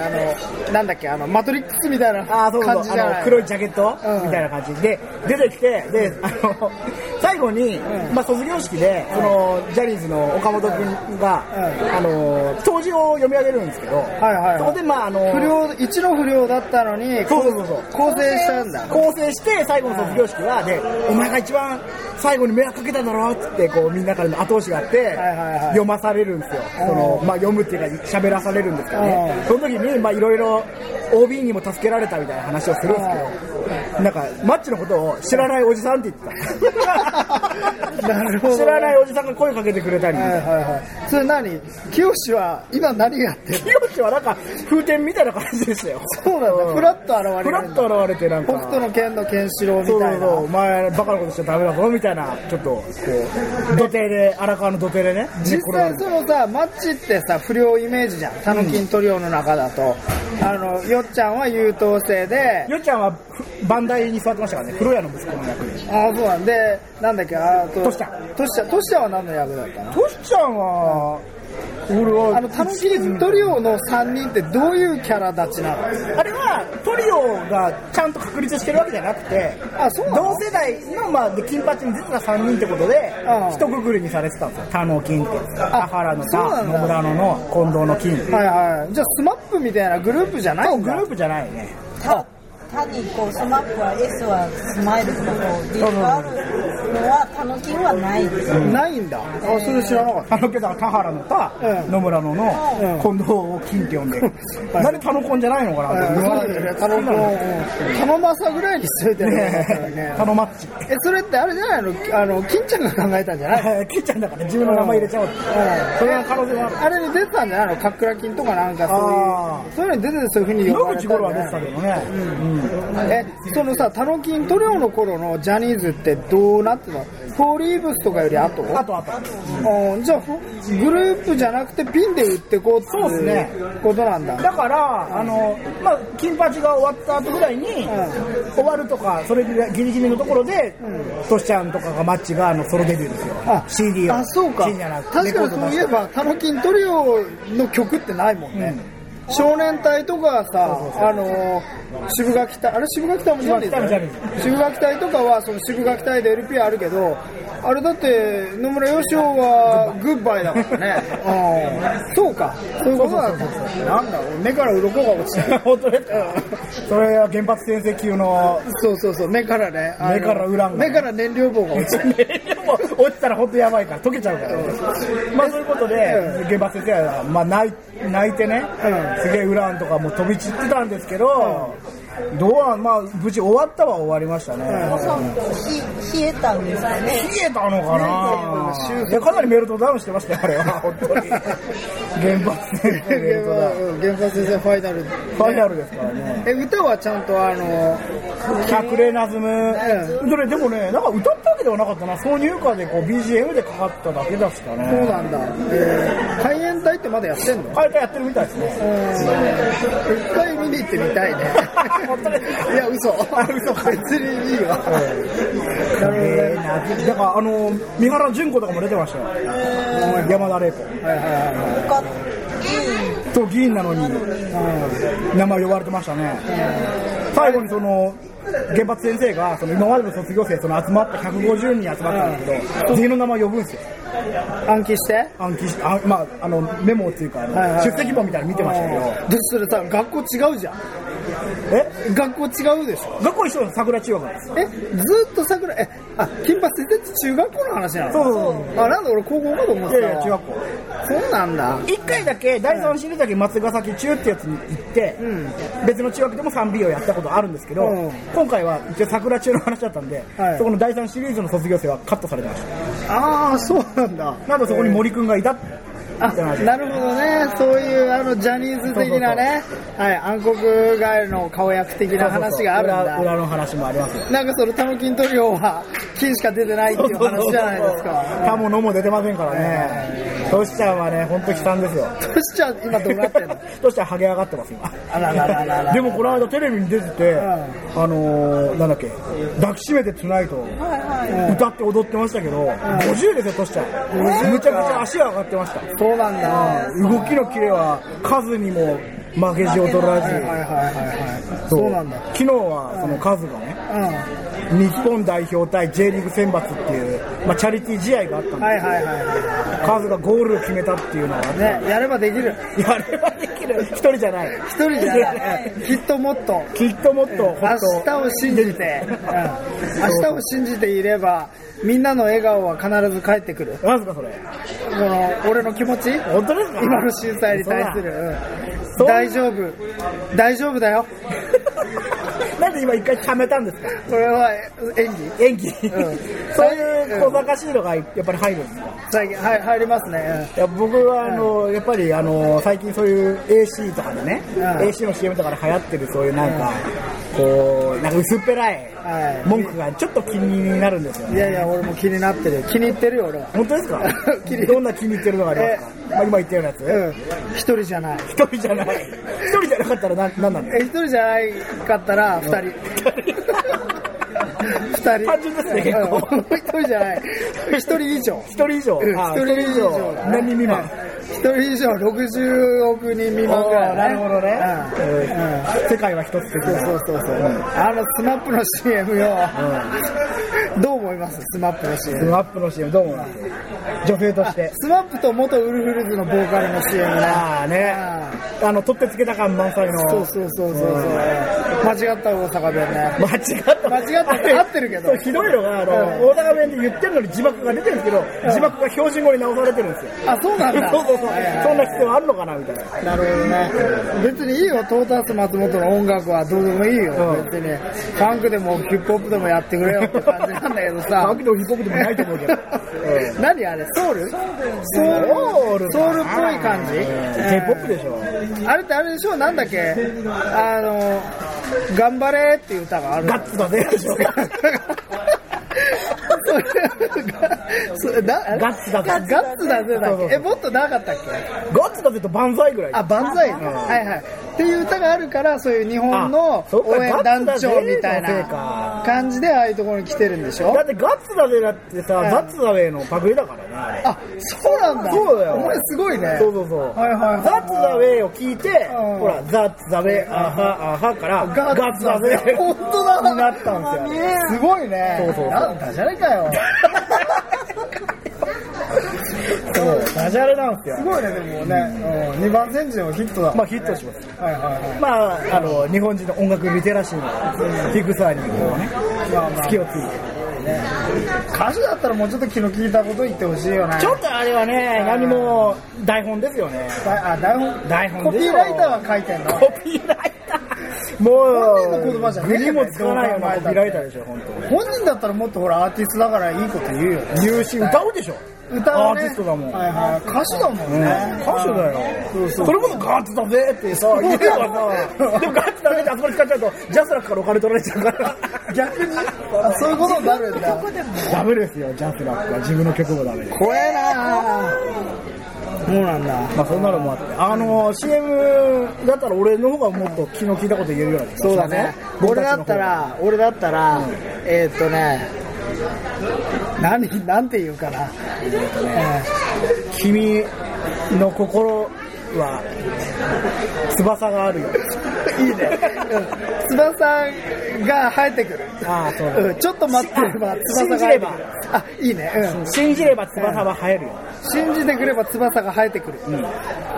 Speaker 1: の、なんだっけ、あの、マトリックスみたいな
Speaker 2: あーそうそう
Speaker 1: 感じじゃ
Speaker 2: あ
Speaker 1: な
Speaker 2: の
Speaker 1: い
Speaker 2: 黒いジャケット、
Speaker 1: うん
Speaker 2: みたいな感じで出てきてであの 最後に、まあ、卒業式でそのジャニーズの岡本君が、
Speaker 1: う
Speaker 2: あの当時を読み上げるんですけど、
Speaker 1: はいはいはい
Speaker 2: そこでまああの
Speaker 1: 不良、一の不良だったのに、
Speaker 2: そうそうそうそう
Speaker 1: 構成したんだ。
Speaker 2: 構成して最後の卒業式は、でお前が一番最後に迷惑かけただろっつってこうみんなからの後押しがあって、
Speaker 1: いはいはい
Speaker 2: 読まされるんですよ、そのまあ、読むっていうか喋らされるんですけどね、その時にまあいろいろ OB にも助けられたみたいな話をするんですけど、なんかマッチのことを知らないおじさんって言って た
Speaker 1: なるほど
Speaker 2: 知らないおじさんが声かけてくれたり
Speaker 1: はいはいはい。それ何清は今何やってる
Speaker 2: 清地はなんか風天みたいな感じでしたよ
Speaker 1: そうなんだ。ふらっと現れる
Speaker 2: フ
Speaker 1: んだ
Speaker 2: ラッと現れてなんか
Speaker 1: 北斗の剣の剣士郎み
Speaker 2: そう
Speaker 1: た
Speaker 2: そ
Speaker 1: いう
Speaker 2: そう、お
Speaker 1: な。
Speaker 2: 前、バカなことしちゃダメだぞ、みたいな、ちょっと、こう、土手で、荒川の土手でね、
Speaker 1: 実際
Speaker 2: 寝
Speaker 1: そ
Speaker 2: 転がる
Speaker 1: のさ、マッチってさ、不良イメージじゃん。タノキントリオの中だと。あの、よっちゃんは優等生で、
Speaker 2: よっちゃんは、ふ番台に座ってましたからね、風呂屋の息子の役で。
Speaker 1: ああ、そうなんで、なんだっけ、あと、
Speaker 2: トシちゃん
Speaker 1: トシちゃん、トシちゃんは何の役だったの
Speaker 2: トシちゃんは、俺は、
Speaker 1: あの、タノキントリオの3人ってどういうキャラ立ちなの
Speaker 2: あれは、トリオがちゃんと確立してるわけじゃなくて、
Speaker 1: あそうなの
Speaker 2: 同世代の、まあ、で金八に出てた3人ってことで
Speaker 1: うん、
Speaker 2: 一括りにされてたんですよ。田野金って。田原の
Speaker 1: そうな
Speaker 2: 田、
Speaker 1: ん
Speaker 2: 野
Speaker 1: だ
Speaker 2: 村野の近藤の金。
Speaker 1: はいはい。じゃあ、スマップみたいなグループじゃないん
Speaker 2: グ
Speaker 1: だ
Speaker 2: ループじゃないね。
Speaker 3: た他にこうスマップは S はスマイルとかこう D があるのはタノキンはないですよ
Speaker 1: ないんだ。あ、それ知らなかっ
Speaker 2: あのけど田原の田、
Speaker 1: うん
Speaker 2: 野村野
Speaker 1: うん
Speaker 2: の近藤を金って呼んで、なんで田の子んじゃないのか
Speaker 1: た。
Speaker 2: なって
Speaker 1: うん
Speaker 2: 思わ
Speaker 1: そ
Speaker 2: れ
Speaker 1: う
Speaker 2: て
Speaker 1: だよ
Speaker 2: る
Speaker 1: ね。
Speaker 2: 好きな
Speaker 1: 頼
Speaker 2: の
Speaker 1: む頼まさぐらいにしといてもらったら
Speaker 2: ね
Speaker 1: ね。
Speaker 2: 田のマッチ。
Speaker 1: え、それってあれじゃないのあの、金ちゃんが考えたんじゃない
Speaker 2: キッちゃんだから自分の名前入れちゃおうって。それの可能性もある。
Speaker 1: あれに出てたんじゃないのカックラ金とかなんか
Speaker 2: あ
Speaker 1: そういう、そういうのに出ててそういうふうに呼ばれたん
Speaker 2: 野口
Speaker 1: じゃ
Speaker 2: 五郎
Speaker 1: な
Speaker 2: はい出てたけどね。
Speaker 1: え、そのさ、タノキントリオの頃のジャニーズってどうなってたのフォーリーブスとかより後
Speaker 2: あとあと。
Speaker 1: うんじゃあ、ほグループじゃなくてピンで売ってこうって
Speaker 2: そうっすね
Speaker 1: いうことなんだ。
Speaker 2: だから、あの、まあ、金八が終わった後ぐらいに、終わるとか、それギリギリのところで、トシちゃんとかがマッチがあのソロデビューですよ。CD を。
Speaker 1: あ、そうか。
Speaker 2: CD じゃなくて
Speaker 1: 確かに
Speaker 2: レコード
Speaker 1: そう
Speaker 2: 出
Speaker 1: い
Speaker 2: して
Speaker 1: えば、タノキントリオの曲ってないもんね。少年隊とかはさ、あのー、渋垣隊、あれ渋垣隊もジャニ
Speaker 2: 渋垣隊
Speaker 1: ー
Speaker 2: もジャ
Speaker 1: ズ渋垣隊とかは、その渋垣隊で LP あるけど、あれだって、野村義雄はグッバイだから ね。うんそうか。そういうことだったなんだ、俺目から鱗が落ちた。
Speaker 2: 本当ですかそれは原発先生級の
Speaker 1: そうそうそう、目からね。あの
Speaker 2: 目からウランが
Speaker 1: 目から燃料棒が落ちた。
Speaker 2: でも落ちたら本当やばいから溶けちゃうから、まあそういうことで
Speaker 1: う
Speaker 2: 現場先生は、まあ、泣い泣いてね、
Speaker 1: うん
Speaker 2: すげえウランとかも飛び散ってたんですけど、どうはまあ無事終わったは終わりましたね、
Speaker 3: もうそのひ冷えたんですかね
Speaker 2: 冷えたのか
Speaker 1: 冷えて
Speaker 2: ないやかなりメルトダウンしてましたよあれ は本当に原発先生メルトダウン
Speaker 1: うん原発先生ファイナル。
Speaker 2: ファイナルですからね
Speaker 1: え、歌はちゃんとあの、
Speaker 2: 百霊ナズム、
Speaker 1: う
Speaker 2: それでもねなんか歌ったわけではなかったな挿入歌でこう BGM でかかっただけだしたね
Speaker 1: そうなんだ。えー、海援隊ってまだやってんの
Speaker 2: 変えたやってるみたいですね
Speaker 1: 一回見に行ってみたいね。
Speaker 2: 本当ですか
Speaker 1: いや、嘘。嘘。別にいいわ。
Speaker 2: だからあの三原純子とかも出てましたよ山田玲
Speaker 3: よかった
Speaker 2: 子と議員なのに名前呼ばれてましたね最後にその原発先生がその今までの卒業生その集まった150人集まったんですけど全員の名前呼ぶんですよ
Speaker 1: 暗記して。
Speaker 2: 暗記しあまああのメモっていうかあの
Speaker 1: はいはい
Speaker 2: 出席簿みたいなの見てましたけど
Speaker 1: どそれさ、学校違うじゃん。
Speaker 2: え
Speaker 1: 学校違うでしょ。
Speaker 2: 学校一緒の桜中学なんです
Speaker 1: え、ずっと桜、え、あ、金八先生って中学校の話なの
Speaker 2: そうそうそう
Speaker 1: あ、なんで俺高校かと思っ
Speaker 2: いや
Speaker 1: て
Speaker 2: い
Speaker 1: たわ
Speaker 2: や中学校
Speaker 1: そうなんだ。
Speaker 2: 一回だけ第三新岳松ヶ崎中ってやつに行って、別の中学でも 3B をやったことあるんですけど、
Speaker 1: うん
Speaker 2: 今回は一応桜中の話だったんで、
Speaker 1: はい
Speaker 2: そこの第三シリーズの卒業生はカットされてました
Speaker 1: ああ、そうなんだ。
Speaker 2: なんとそこに森くんがいた
Speaker 1: あなるほどね、そういうあのジャニーズ的なね、はい、暗黒ガエルの顔役的な話があるん
Speaker 2: 裏裏
Speaker 1: だ、
Speaker 2: の話もありますよ
Speaker 1: なんかそのタムキントリオは金しか出てないっていう話じゃないですか、
Speaker 2: 他ものも出てませんからねトシちゃんはね本当悲惨ですよ
Speaker 1: そしちゃん、今、どうなってんの
Speaker 2: トシちゃんハゲ上がってます今
Speaker 1: あららららら
Speaker 2: でもこの間テレビに出てて、
Speaker 1: う
Speaker 2: あのー、なんだっけ抱きしめてつないと歌って踊ってましたけど、50ですよトシちゃんむちゃくちゃ足が上がってました
Speaker 1: そうなんだ、
Speaker 2: 動きのキレは数にも負けじを取ら
Speaker 1: は
Speaker 2: ず、
Speaker 1: いはいはいはい、そうなんだ、
Speaker 2: 昨日はその数がね、
Speaker 1: うん、はい
Speaker 2: 日本代表対 J リーグ選抜っていう、まあ、チャリティー試合があったんで
Speaker 1: はいは
Speaker 2: 数がゴールを決めたっていうのは、
Speaker 1: い、ね、やればできる、
Speaker 2: やればできる一人じゃない
Speaker 1: 一人じゃ ない、きっともっと。
Speaker 2: きっともっと
Speaker 1: 明日を信じ て、うん明日を信じていれば、みんなの笑顔は必ず返ってくる。
Speaker 2: 何すかそれ
Speaker 1: この俺の気持ち
Speaker 2: 本当ですか
Speaker 1: 今の震災に対する、う
Speaker 2: そ
Speaker 1: ん
Speaker 2: う
Speaker 1: 大丈夫大丈夫だよ
Speaker 2: そうなんで今一回溜めたんですか
Speaker 1: これは演技
Speaker 2: 演技、
Speaker 1: ん
Speaker 2: そういう小賢しいのがやっぱり入るんですか
Speaker 1: 最近はい入りますね
Speaker 2: いや僕はあの、やっぱりあの最近そういう AC とかでね、
Speaker 1: うん
Speaker 2: AC の CM とかで流行ってるそういうなんか、こうなんか薄っぺらい
Speaker 1: はい
Speaker 2: 文句がちょっと気になるんですよ
Speaker 1: い
Speaker 2: ね
Speaker 1: やいや俺も気になってる気に入ってるよ俺は
Speaker 2: 本当ですか
Speaker 1: 気に入る
Speaker 2: どんな 気に入ってるのがありますか、まあ、今言ったようなやつ、
Speaker 1: うん一人じゃない
Speaker 2: 一人じゃない一人じゃなかったら何なんなんです
Speaker 1: え一人じゃないかったら二人二人
Speaker 2: 単純ですね結構
Speaker 1: うん一人じゃない一人以上
Speaker 2: 一人以上、
Speaker 1: うん
Speaker 2: あ
Speaker 1: 一人以上
Speaker 2: 何人未満、
Speaker 1: 一人以上60億人未満
Speaker 2: お
Speaker 1: ぐ
Speaker 2: ー
Speaker 1: らい
Speaker 2: な
Speaker 1: だ
Speaker 2: る
Speaker 1: ね
Speaker 2: ほどね、
Speaker 1: うん
Speaker 2: うん世界は一つ的な
Speaker 1: そうそうそうそう、あのスマップの CM よ、どう思いますスマップの
Speaker 2: ス
Speaker 1: CM
Speaker 2: マップの CM どう思います女性として
Speaker 1: スマップと元ウルフルズのボーカルの CM な
Speaker 2: ああねあの取ってつけた感満載の
Speaker 1: そうそうそうそうそう間違った大阪弁ね
Speaker 2: 間違った
Speaker 1: 間違った
Speaker 2: あれ
Speaker 1: 合ってるけど
Speaker 2: そうひどいのがあの、大阪弁で言ってるのに字幕が出てるんですけど、字幕が標準語に直されてるんですよ、
Speaker 1: あそうなんだ
Speaker 2: そうそうそう、
Speaker 1: はいはい
Speaker 2: そんな必要あるのかなみたいな
Speaker 1: なるほどね別にいいよトータス松本の音楽はどうでもいいよ、
Speaker 2: うん
Speaker 1: 別にファンクでもヒップホップでもやってくれよって感じなんだけどさ
Speaker 2: ファンクでもヒップホップでもないと思うけどうん
Speaker 1: 何あれソウルソ
Speaker 2: ソウル
Speaker 1: ソウルっぽい感じ、
Speaker 2: j p o p でしょ
Speaker 1: あれってあれでしょなんだっけあの「頑張れ」っていう歌がある
Speaker 2: ガッツだぜでしょ
Speaker 1: それな
Speaker 2: ガッツだぜ
Speaker 1: ガッツだぜだっ
Speaker 2: そうそう
Speaker 1: けえもっとなかったっけ
Speaker 2: ガッツだぜと万歳ぐらい
Speaker 1: あ万歳
Speaker 2: うん
Speaker 1: はいはいっていう歌があるからそういう日本の
Speaker 2: あそうか
Speaker 1: 応援団長みたい
Speaker 2: ガッツだぜのせいか
Speaker 1: な感じでああいうところに来てるんでしょ
Speaker 2: だってガッツだぜだってさ、
Speaker 1: うん
Speaker 2: ガッツだぜのパクリだからねあれ
Speaker 1: あそうなんだ
Speaker 2: そうだよ
Speaker 1: お前すごいね
Speaker 2: そうそうそう。
Speaker 1: はいはいはい
Speaker 2: ザッツザウェイを聞いて、
Speaker 1: うん
Speaker 2: ほら、ザッツザウェイ、アハアハから、
Speaker 1: ガ
Speaker 2: ガッ
Speaker 1: ッ
Speaker 2: ツ
Speaker 1: ツ
Speaker 2: ザ
Speaker 1: だ
Speaker 2: ウェ
Speaker 1: ぜ
Speaker 2: イ。
Speaker 1: 本当だ
Speaker 2: になったんですよ。
Speaker 1: すごいね
Speaker 2: そうそうそう
Speaker 1: なんダジャレか よ
Speaker 2: そう、ダジャレなんです
Speaker 1: す
Speaker 2: よ。
Speaker 1: ごいねでもね、うん、2番煎じでもヒットだ
Speaker 2: まあヒットします。
Speaker 1: はいはいは
Speaker 2: まあ、あの、日本人の音楽リテラシーの低さにこうね、
Speaker 1: いまあまあ
Speaker 2: 隙をついて。
Speaker 1: 歌手だったらもうちょっと気の利いたこと言ってほしいよね
Speaker 2: ちょっとあれはね、何も台本ですよね。
Speaker 1: だあ台本
Speaker 2: 台本
Speaker 1: コ
Speaker 2: で
Speaker 1: ピ
Speaker 2: しょ
Speaker 1: ーライターは書いてんの
Speaker 2: コピーライター。も
Speaker 1: 本人の言葉じゃ
Speaker 2: う、
Speaker 1: ねえ
Speaker 2: グにもつかないようなコピーライターでしょ、本
Speaker 1: 本人だったらもっとほらアーティストだからいいこと言うよね
Speaker 2: 当。入試歌うでしょ。
Speaker 1: 歌はね
Speaker 2: アーティストだもん
Speaker 1: はいはい、歌手だもんね、
Speaker 2: 歌手だよ。それこそガッツだぜってさ、言えばさ、でもガッツだぜってあそこに使っちゃうと、ジャスラックからお金取られちゃうから。
Speaker 1: 逆にあそういうことになるんだ
Speaker 2: ダメですよ、ジャスラックは。自分の曲もダメです。
Speaker 1: 怖えなそうなんだ
Speaker 2: まあそんなのもあって。あの、CM だったら俺の方がもっと気の利いたこと言えるような気がします
Speaker 1: そうだね俺だった。ら俺だったら、えーっとね何なんて言うかな、
Speaker 2: 君の心は、翼があるよ。
Speaker 1: いいね。翼が生えてくる。
Speaker 2: ああ、そうだ。
Speaker 1: うん、ちょっと待ってれば翼が生えてくる。あ、いいね。うん。
Speaker 2: 信じれば翼は生えるよ。
Speaker 1: 信じてくれば翼が生えてくる。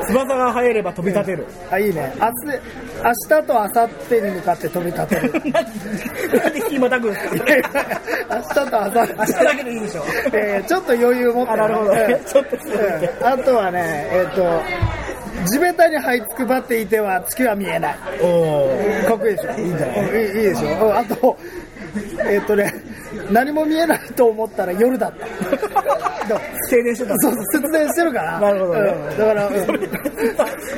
Speaker 2: 翼が生えれば飛び立てる。
Speaker 1: あ、いいね。明日、明日と明後日に向かって飛び立て る。
Speaker 2: 何なんで火またぐんです
Speaker 1: 明
Speaker 2: か
Speaker 1: 日と明後
Speaker 2: 明日
Speaker 1: 日。
Speaker 2: だけでいいでしょ。
Speaker 1: えー、ちょっと余裕持って
Speaker 2: あ、なるほど。ちょっとすいま
Speaker 1: うん
Speaker 2: せん
Speaker 1: うんあとはね、えっ、と、地べたに這いつくばっていては月は見えない。
Speaker 2: おー
Speaker 1: かっこいいでしょいいんじゃないいいいいでしょうんあと えっ、とね何も見えないと思ったら夜だったでも
Speaker 2: 停電してた
Speaker 1: そうそう、節電してるから。
Speaker 2: なるほどね
Speaker 1: うんだから、うん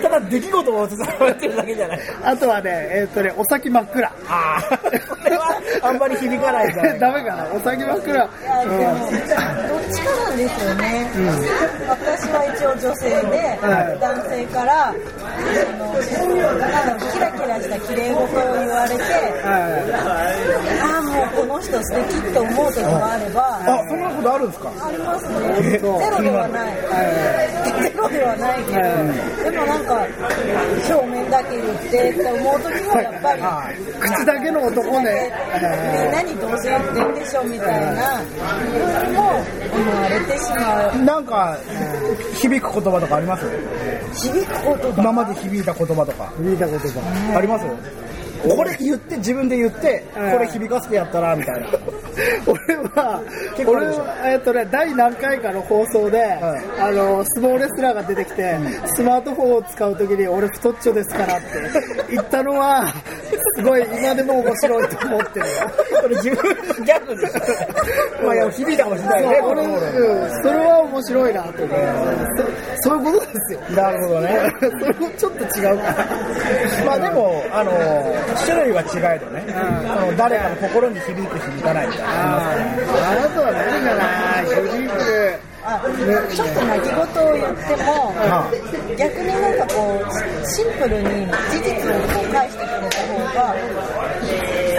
Speaker 2: ただ出来事を伝えてるだけじゃない
Speaker 1: あとはね、えっとね、お先真っ暗。
Speaker 2: ああこれはあんまり響かないじゃな い
Speaker 1: ダメかな、お先真っ暗。
Speaker 3: いやでもどっちかなんですよね、私は一応女性で、
Speaker 1: はい
Speaker 3: 男性からあのなんだろうキラキラした綺麗事を言われて、
Speaker 1: はい
Speaker 3: ああもうこの人素敵って思う時もあれば、
Speaker 2: あそんなことあるんですか
Speaker 3: ありますねゼロではないゼロではないけど、でもなんか表面だけ言ってって思う時はやっぱり。
Speaker 1: 口だけの男ね。
Speaker 3: ね、何どうせやってんでしょみたいなのも思われてしまう
Speaker 2: なんか響く言葉とかあります
Speaker 3: 響くことが
Speaker 2: 今まで響いた言葉とか
Speaker 1: 見たことが。
Speaker 2: ありますこれ言って自分で言ってこ
Speaker 1: うん
Speaker 2: れ響かせてやったらみたいな
Speaker 1: 俺は、
Speaker 2: 結構あ
Speaker 1: 俺
Speaker 2: るでしょ
Speaker 1: は、えっとね、第何回かの放送で、
Speaker 2: い
Speaker 1: あの、相撲レスラーが出てきて、スマートフォンを使うときに、俺太っちょですからって言ったのは、すごい今でも面白いと思 ってるよ。
Speaker 2: それ自分のギャグですまあいや響いたかもしれないね
Speaker 1: そう俺、うん、それは面白いなと思うそそういうことですよ。
Speaker 2: なるほどね
Speaker 1: それもちょっと違うから。
Speaker 2: まあでも、あの種類は違えどね、その誰かの心に響く響かないみたい
Speaker 1: あなたは何かな、響く。
Speaker 2: な。
Speaker 3: あちょっと泣き言を言っても
Speaker 2: あ
Speaker 3: 逆になんかこうシンプルに事実をこう返してくれた方が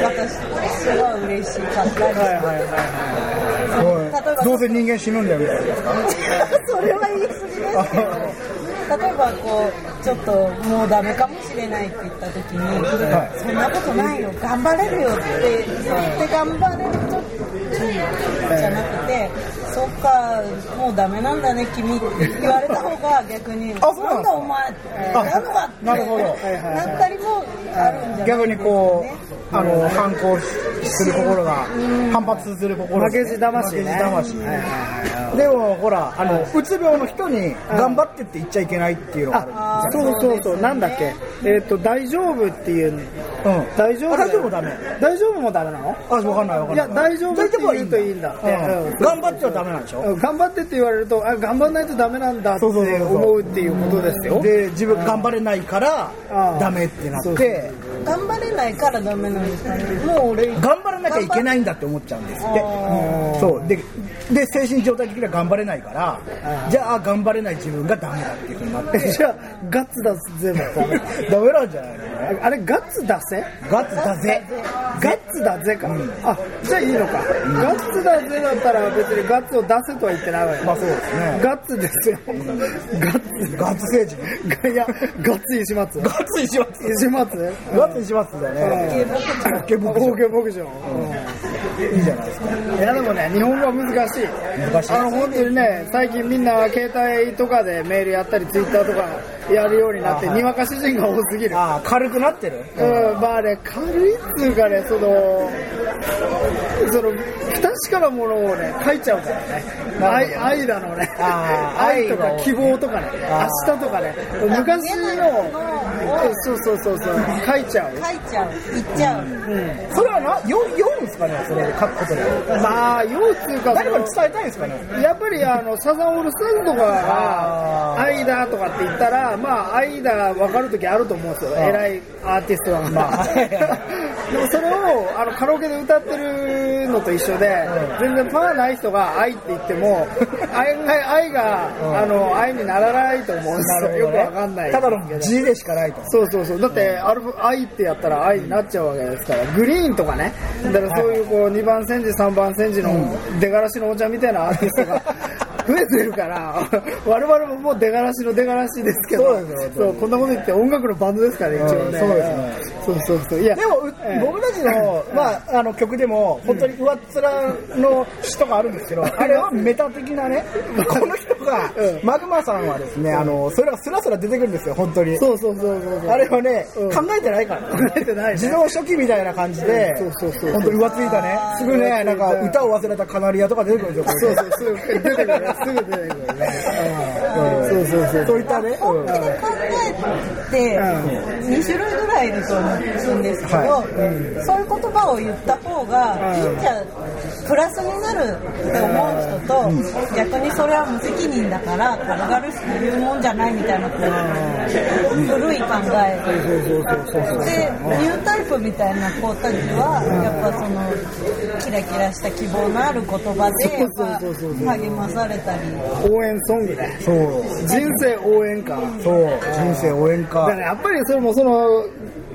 Speaker 3: 私は嬉しかったり
Speaker 2: はいはいはい
Speaker 3: 例えば
Speaker 2: どうせ人間死ぬんだよみたいな。
Speaker 3: それは言い過ぎですけど例えばこうちょっともうダメかもしれないって言った時に、
Speaker 2: はい
Speaker 3: そんなことないよ頑張れるよって言って頑張れるとじゃなくて、そっかもうダメなんだね君って言われた方が逆に
Speaker 2: あそうなんです
Speaker 3: な
Speaker 2: か
Speaker 3: んだお前なのかって
Speaker 2: なるほど
Speaker 3: なったりもあるんじゃないですかね
Speaker 2: 逆にこう、あの、反抗する心が、反発する心
Speaker 1: 負けじ魂ね
Speaker 2: 負けじ魂でもほら、あの、うつ病の人に頑張ってって言っちゃいけないっていうのがある。
Speaker 1: あそうそうそう、なんだっけ、えっと、大丈夫っていう、
Speaker 2: うん
Speaker 1: 大丈夫
Speaker 2: あ大丈夫ダメ。
Speaker 1: 大丈夫もダメなの
Speaker 2: あ、わかんないわかんない。
Speaker 1: いや大丈夫って言うといいんだ
Speaker 2: 大丈夫はいいんだ
Speaker 1: うん
Speaker 2: うん頑張ってはダメなんでしょ
Speaker 1: うん頑張ってって言われると、あ頑張らないとダメなんだって
Speaker 2: そうそうそうそう
Speaker 1: 思うっていうことですよ。
Speaker 2: で自分頑張れないから
Speaker 1: うん
Speaker 2: ダメってな
Speaker 1: そ
Speaker 2: っ
Speaker 1: うそう
Speaker 2: て
Speaker 3: 頑張れないからダメなんですかねもう俺
Speaker 2: 頑張らなきゃいけないんだって思っちゃうんですって
Speaker 3: あ
Speaker 2: そうでで精神状態的には頑張れないからじゃあ頑張れない自分がダメだっていうふうになって
Speaker 1: じゃあ、ガッツ出す、全部ダメだ。
Speaker 2: ダメなんじゃないのね
Speaker 1: ああれ、ガッツ出せ
Speaker 2: ガッツだぜ
Speaker 1: ガッツだぜか。あ、じゃあいいのか。ガッツだぜだったら別にガッツを出せとは言ってないわよ。
Speaker 2: まあそうですね
Speaker 1: ガッツですよ。ガッツ。
Speaker 2: ガッツ星人
Speaker 1: いや、ガッツ石松。
Speaker 2: ガッツにします
Speaker 1: 石松
Speaker 2: ガッツにしますだねオッケー僕
Speaker 1: 冒険牧場。
Speaker 2: いいじゃないですか
Speaker 1: いやでもね、日本語は難しい。
Speaker 2: 難しい
Speaker 1: あの、本当にね、最近みんな携帯とかでメールやったり、ツイッターとかやるようになって、
Speaker 2: あはい
Speaker 1: にわか主人が多すぎる。
Speaker 2: ああ軽くなってる
Speaker 1: うん、まあね、軽いっつうかね、その、その、不確かなものをね、書いちゃうからね。
Speaker 2: なるほ
Speaker 1: 愛、愛だのね。
Speaker 2: あー
Speaker 1: 愛とか
Speaker 2: 愛を
Speaker 1: 希望とかね、
Speaker 2: あ
Speaker 1: 明日とかね、昔の、うんそうそうそうそう、書いちゃう。
Speaker 3: 書いちゃう言っちゃう、
Speaker 2: それはな読読むんですかねそれ書くことで
Speaker 1: まあ、ようっていうか、そ
Speaker 2: 誰
Speaker 1: の
Speaker 2: かに伝えたいんですかね
Speaker 1: やっぱりあのサザンオールスターズとか
Speaker 2: あ
Speaker 1: が
Speaker 2: ー
Speaker 1: 愛だとかって言ったら、まあ、愛だ分かる時あると思うんですよ、偉いアーティストは。
Speaker 2: まあ
Speaker 1: でもそれをあのカラオケで歌ってるのと一緒で、全然パワーない人が愛って言って も、案外愛があの愛にならないと思うんですよ、よく分かんない。
Speaker 2: ただの字でしかないと
Speaker 1: そうそうそう。だって、アルフ愛ってやったら愛になっちゃうわけですから、グリーンとかね、だからそういうこう、2番戦時、3番戦時の出がらしのお茶みたいなアーティス トが増えてるから、我々ももう出がらしの出がらしですけど、
Speaker 2: そうですよ
Speaker 1: そうこんなこと言って音楽のバンドですからね、一応ね。
Speaker 2: うんそうで
Speaker 1: そうそうそう。いや、
Speaker 2: でも、う
Speaker 1: ええ
Speaker 2: 僕たちの,、まあ、あの曲でも本当に上っ面の詩とかあるんですけど、あれはメタ的なね、この人が、マグマさんはですね、あの、それがスラスラ出てくるんですよ、本当に。
Speaker 1: そうそうそうそうそう
Speaker 2: あれはね、
Speaker 1: うん
Speaker 2: 考えてないから。
Speaker 1: 考えてないね
Speaker 2: 自動初期みたいな感じで、
Speaker 1: うんそうそうそう
Speaker 2: 本当に浮ついたね。すぐね、なんか歌を忘れたカナリアとか出てくるんです
Speaker 1: そ
Speaker 2: よ、
Speaker 1: う
Speaker 2: こ
Speaker 1: そうすぐ出てくるねすぐ出てくるね
Speaker 2: れ。そうそうそう。そういったね、うん
Speaker 3: 考えて2種類ぐらいいると思うんですけど、そういう言葉を言った方がいいんじゃプラスになるって思う人と、逆にそれは無責任だから転がるし言うもんじゃないみたいな古い考えでニュータイプみたいな子たちはやっぱそのキラキラした希望のある言葉でまあ励まされたり。
Speaker 1: 応援ソングね
Speaker 2: そう。
Speaker 1: 人生応援歌
Speaker 2: そう。人生応援
Speaker 1: だか
Speaker 2: 歌
Speaker 1: ら。やっぱりそれもその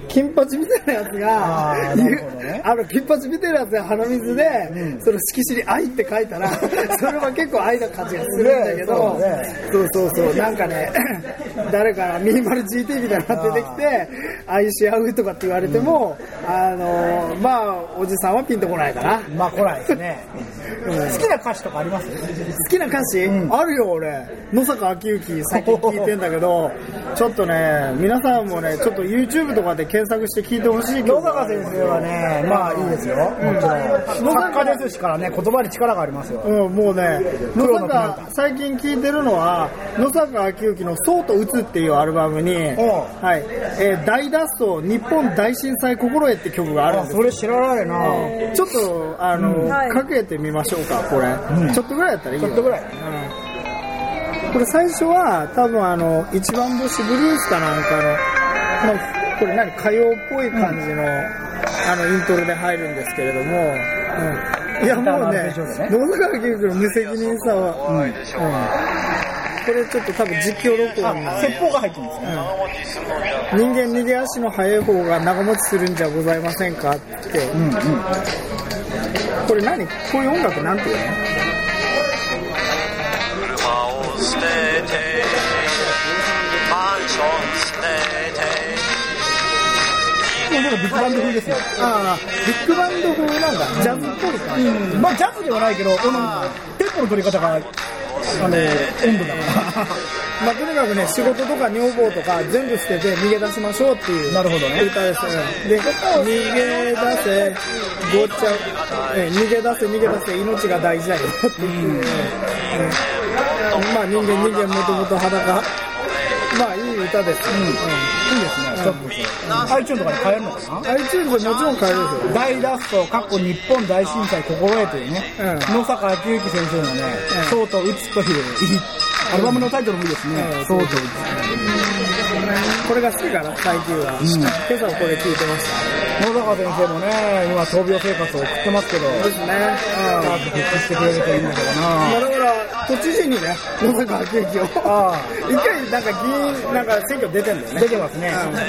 Speaker 1: 金八みたいなやつ
Speaker 2: あ
Speaker 1: が
Speaker 2: ーなるほどね
Speaker 1: あの金八みたいなやつが鼻水で、その色紙に「愛」って書い たらそれは結構愛の感じがするんだけど、
Speaker 2: ね
Speaker 1: そうそうそうなんかね 誰から 20GT みたいなのが出てきて「愛し合う」とかって言われても、あのまあおじさんはピンとこないかな
Speaker 2: まあ来ないですね。好きな歌詞とかあります
Speaker 1: 好きな歌詞、あるよ俺野坂昭之最近聞いてんだけ どちょっとね皆さんもねちょっと YouTube とかで検索して聞いてほしいけ
Speaker 2: 野
Speaker 1: ど
Speaker 2: 坂先生はね、まあいいですよ。もちろん。作家ですしからね、言葉に力がありますよ。
Speaker 1: うん、もうね、野
Speaker 2: プロの方
Speaker 1: 坂、最近聴いてるのは、野坂昭之のそうと打つっていうアルバムに、はい、えー大脱走、日本大震災心得って曲があるん
Speaker 2: あ、
Speaker 1: ですよ
Speaker 2: それ知らないな
Speaker 1: ちょっと、あの、
Speaker 3: はい
Speaker 1: かけてみましょうか、これ。ちょっとぐらいだったらいい
Speaker 2: ち
Speaker 1: よ
Speaker 2: ょっとぐらい。
Speaker 1: これ最初は多分あの一番星ブルースかなんかの、まあ、これ何歌謡っぽい感じの、あのイントロで入るんですけれども、うんいやもうね
Speaker 2: 歌の後でね
Speaker 1: 野坂義之の無責任さは、うんこれちょっと多分実況録音
Speaker 2: あ、説法が入ってるんです
Speaker 1: 人
Speaker 2: ね。
Speaker 1: 間逃げ足の速い方が長持ちするんじゃございませんかって、これ何こういう音楽なんていうの
Speaker 4: 車を捨ててマンション捨てて
Speaker 2: もうなんかビッグバンド風ですね。
Speaker 1: ああビッグバンド風なんだジャズっぽい感じ、
Speaker 2: まあジャズではないけど、このテンポの取り方が、あの、温度だから。
Speaker 1: まあ、とにかくね、仕事とか女房とか全部捨てて逃げ出しましょうっていう。
Speaker 2: なるほどね
Speaker 1: 歌です。うんで、逃げ出せ、ごっちゃ、え逃げ出せ、逃げ出せ、命が大事だよっていうね。うんまあ、人間、人間もともと裸。まあ、いい歌です。
Speaker 2: いいですね、ちょっとこれ。iTunes とかで買えるのかな
Speaker 1: iTunes でもちろん買えるんですよ。
Speaker 2: 大脱走、かっこ日本大震災心得というね、
Speaker 1: うん
Speaker 2: 野坂昭之先生のね、そうと打つという、アルバムのタイトルもいいですね。そうと打つ。
Speaker 1: これが好きかな、最近は。今朝もこれ聞いてまし
Speaker 2: 野坂先生もね、今闘病生活を送ってますけど、
Speaker 1: た。ですね。うん
Speaker 2: 早く復帰してくれるといいんだけどな
Speaker 1: まあだから、都知事にね、野坂昭之を、
Speaker 2: あ
Speaker 1: 一回、なんか議員、なんか選挙出てんだよね。
Speaker 2: 出てますね。
Speaker 1: ということ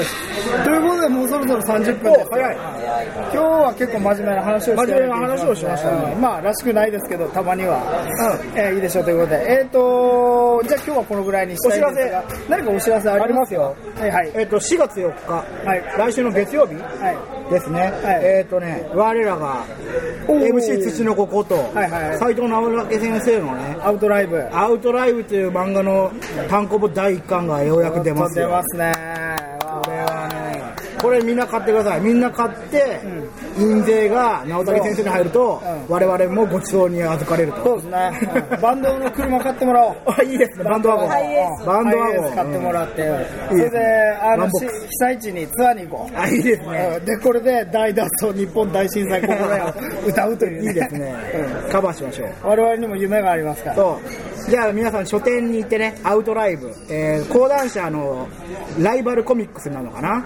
Speaker 1: です。ということで、もうそろそろ30分です。
Speaker 2: お早い
Speaker 1: 今日は結構真面目な話をして
Speaker 2: 真面目な話をしましたね
Speaker 1: うんまあ、らしくないですけど、たまには。えーいいでしょうということで。えっ、とじゃあ今日はこのぐらいにしたいんですが。
Speaker 2: お
Speaker 1: 何かお知らせあ
Speaker 2: あり
Speaker 1: りま
Speaker 2: ますすよ。
Speaker 1: はいはい。
Speaker 2: えっと、4月4日、
Speaker 1: はい
Speaker 2: 来週の月曜日
Speaker 1: はい。
Speaker 2: ですね、えっとね、我らが、
Speaker 1: おー
Speaker 2: MC 土の子こと、
Speaker 1: はいはいはい
Speaker 2: 斉藤直明先生のね、
Speaker 1: アウトライブ。
Speaker 2: アウトライブという漫画の単行本第1巻がようやく出ます
Speaker 1: 出
Speaker 2: よ。
Speaker 1: ますね。わ
Speaker 2: これはね、これみんな買ってください。みんな買って、印税が直武先生に入ると、我々もごちそうに預かれると。
Speaker 1: そうですね。うんバンドの車買ってもらおう。
Speaker 2: あ、いいですね、バンドワゴン
Speaker 3: ハイエー。ス
Speaker 2: バンドワ
Speaker 1: ハイエース買って
Speaker 2: ゴン。
Speaker 1: もらって、
Speaker 2: うん
Speaker 1: それで、あ
Speaker 2: ワ
Speaker 1: の、
Speaker 2: ンボ
Speaker 1: し
Speaker 2: ック
Speaker 1: 被災地にツアーに行こう。
Speaker 2: あ、いいですね。
Speaker 1: で、これで大脱走日本大震災心得 を歌うという、
Speaker 2: いいですね。カバーしましょう。
Speaker 1: 我々にも夢がありますから。
Speaker 2: そう。じゃあ皆さん書店に行ってね、アウトライブ、えー、講談社のライバルコミックスなのかな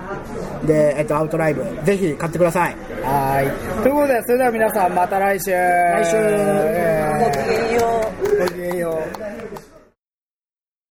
Speaker 2: で、えっと、アウトライブ、ぜひ買ってください。
Speaker 1: はーい。ということで、それでは皆さんまた来週。来
Speaker 2: 週
Speaker 1: え
Speaker 3: ごきげんよう
Speaker 1: ーごきげんよう。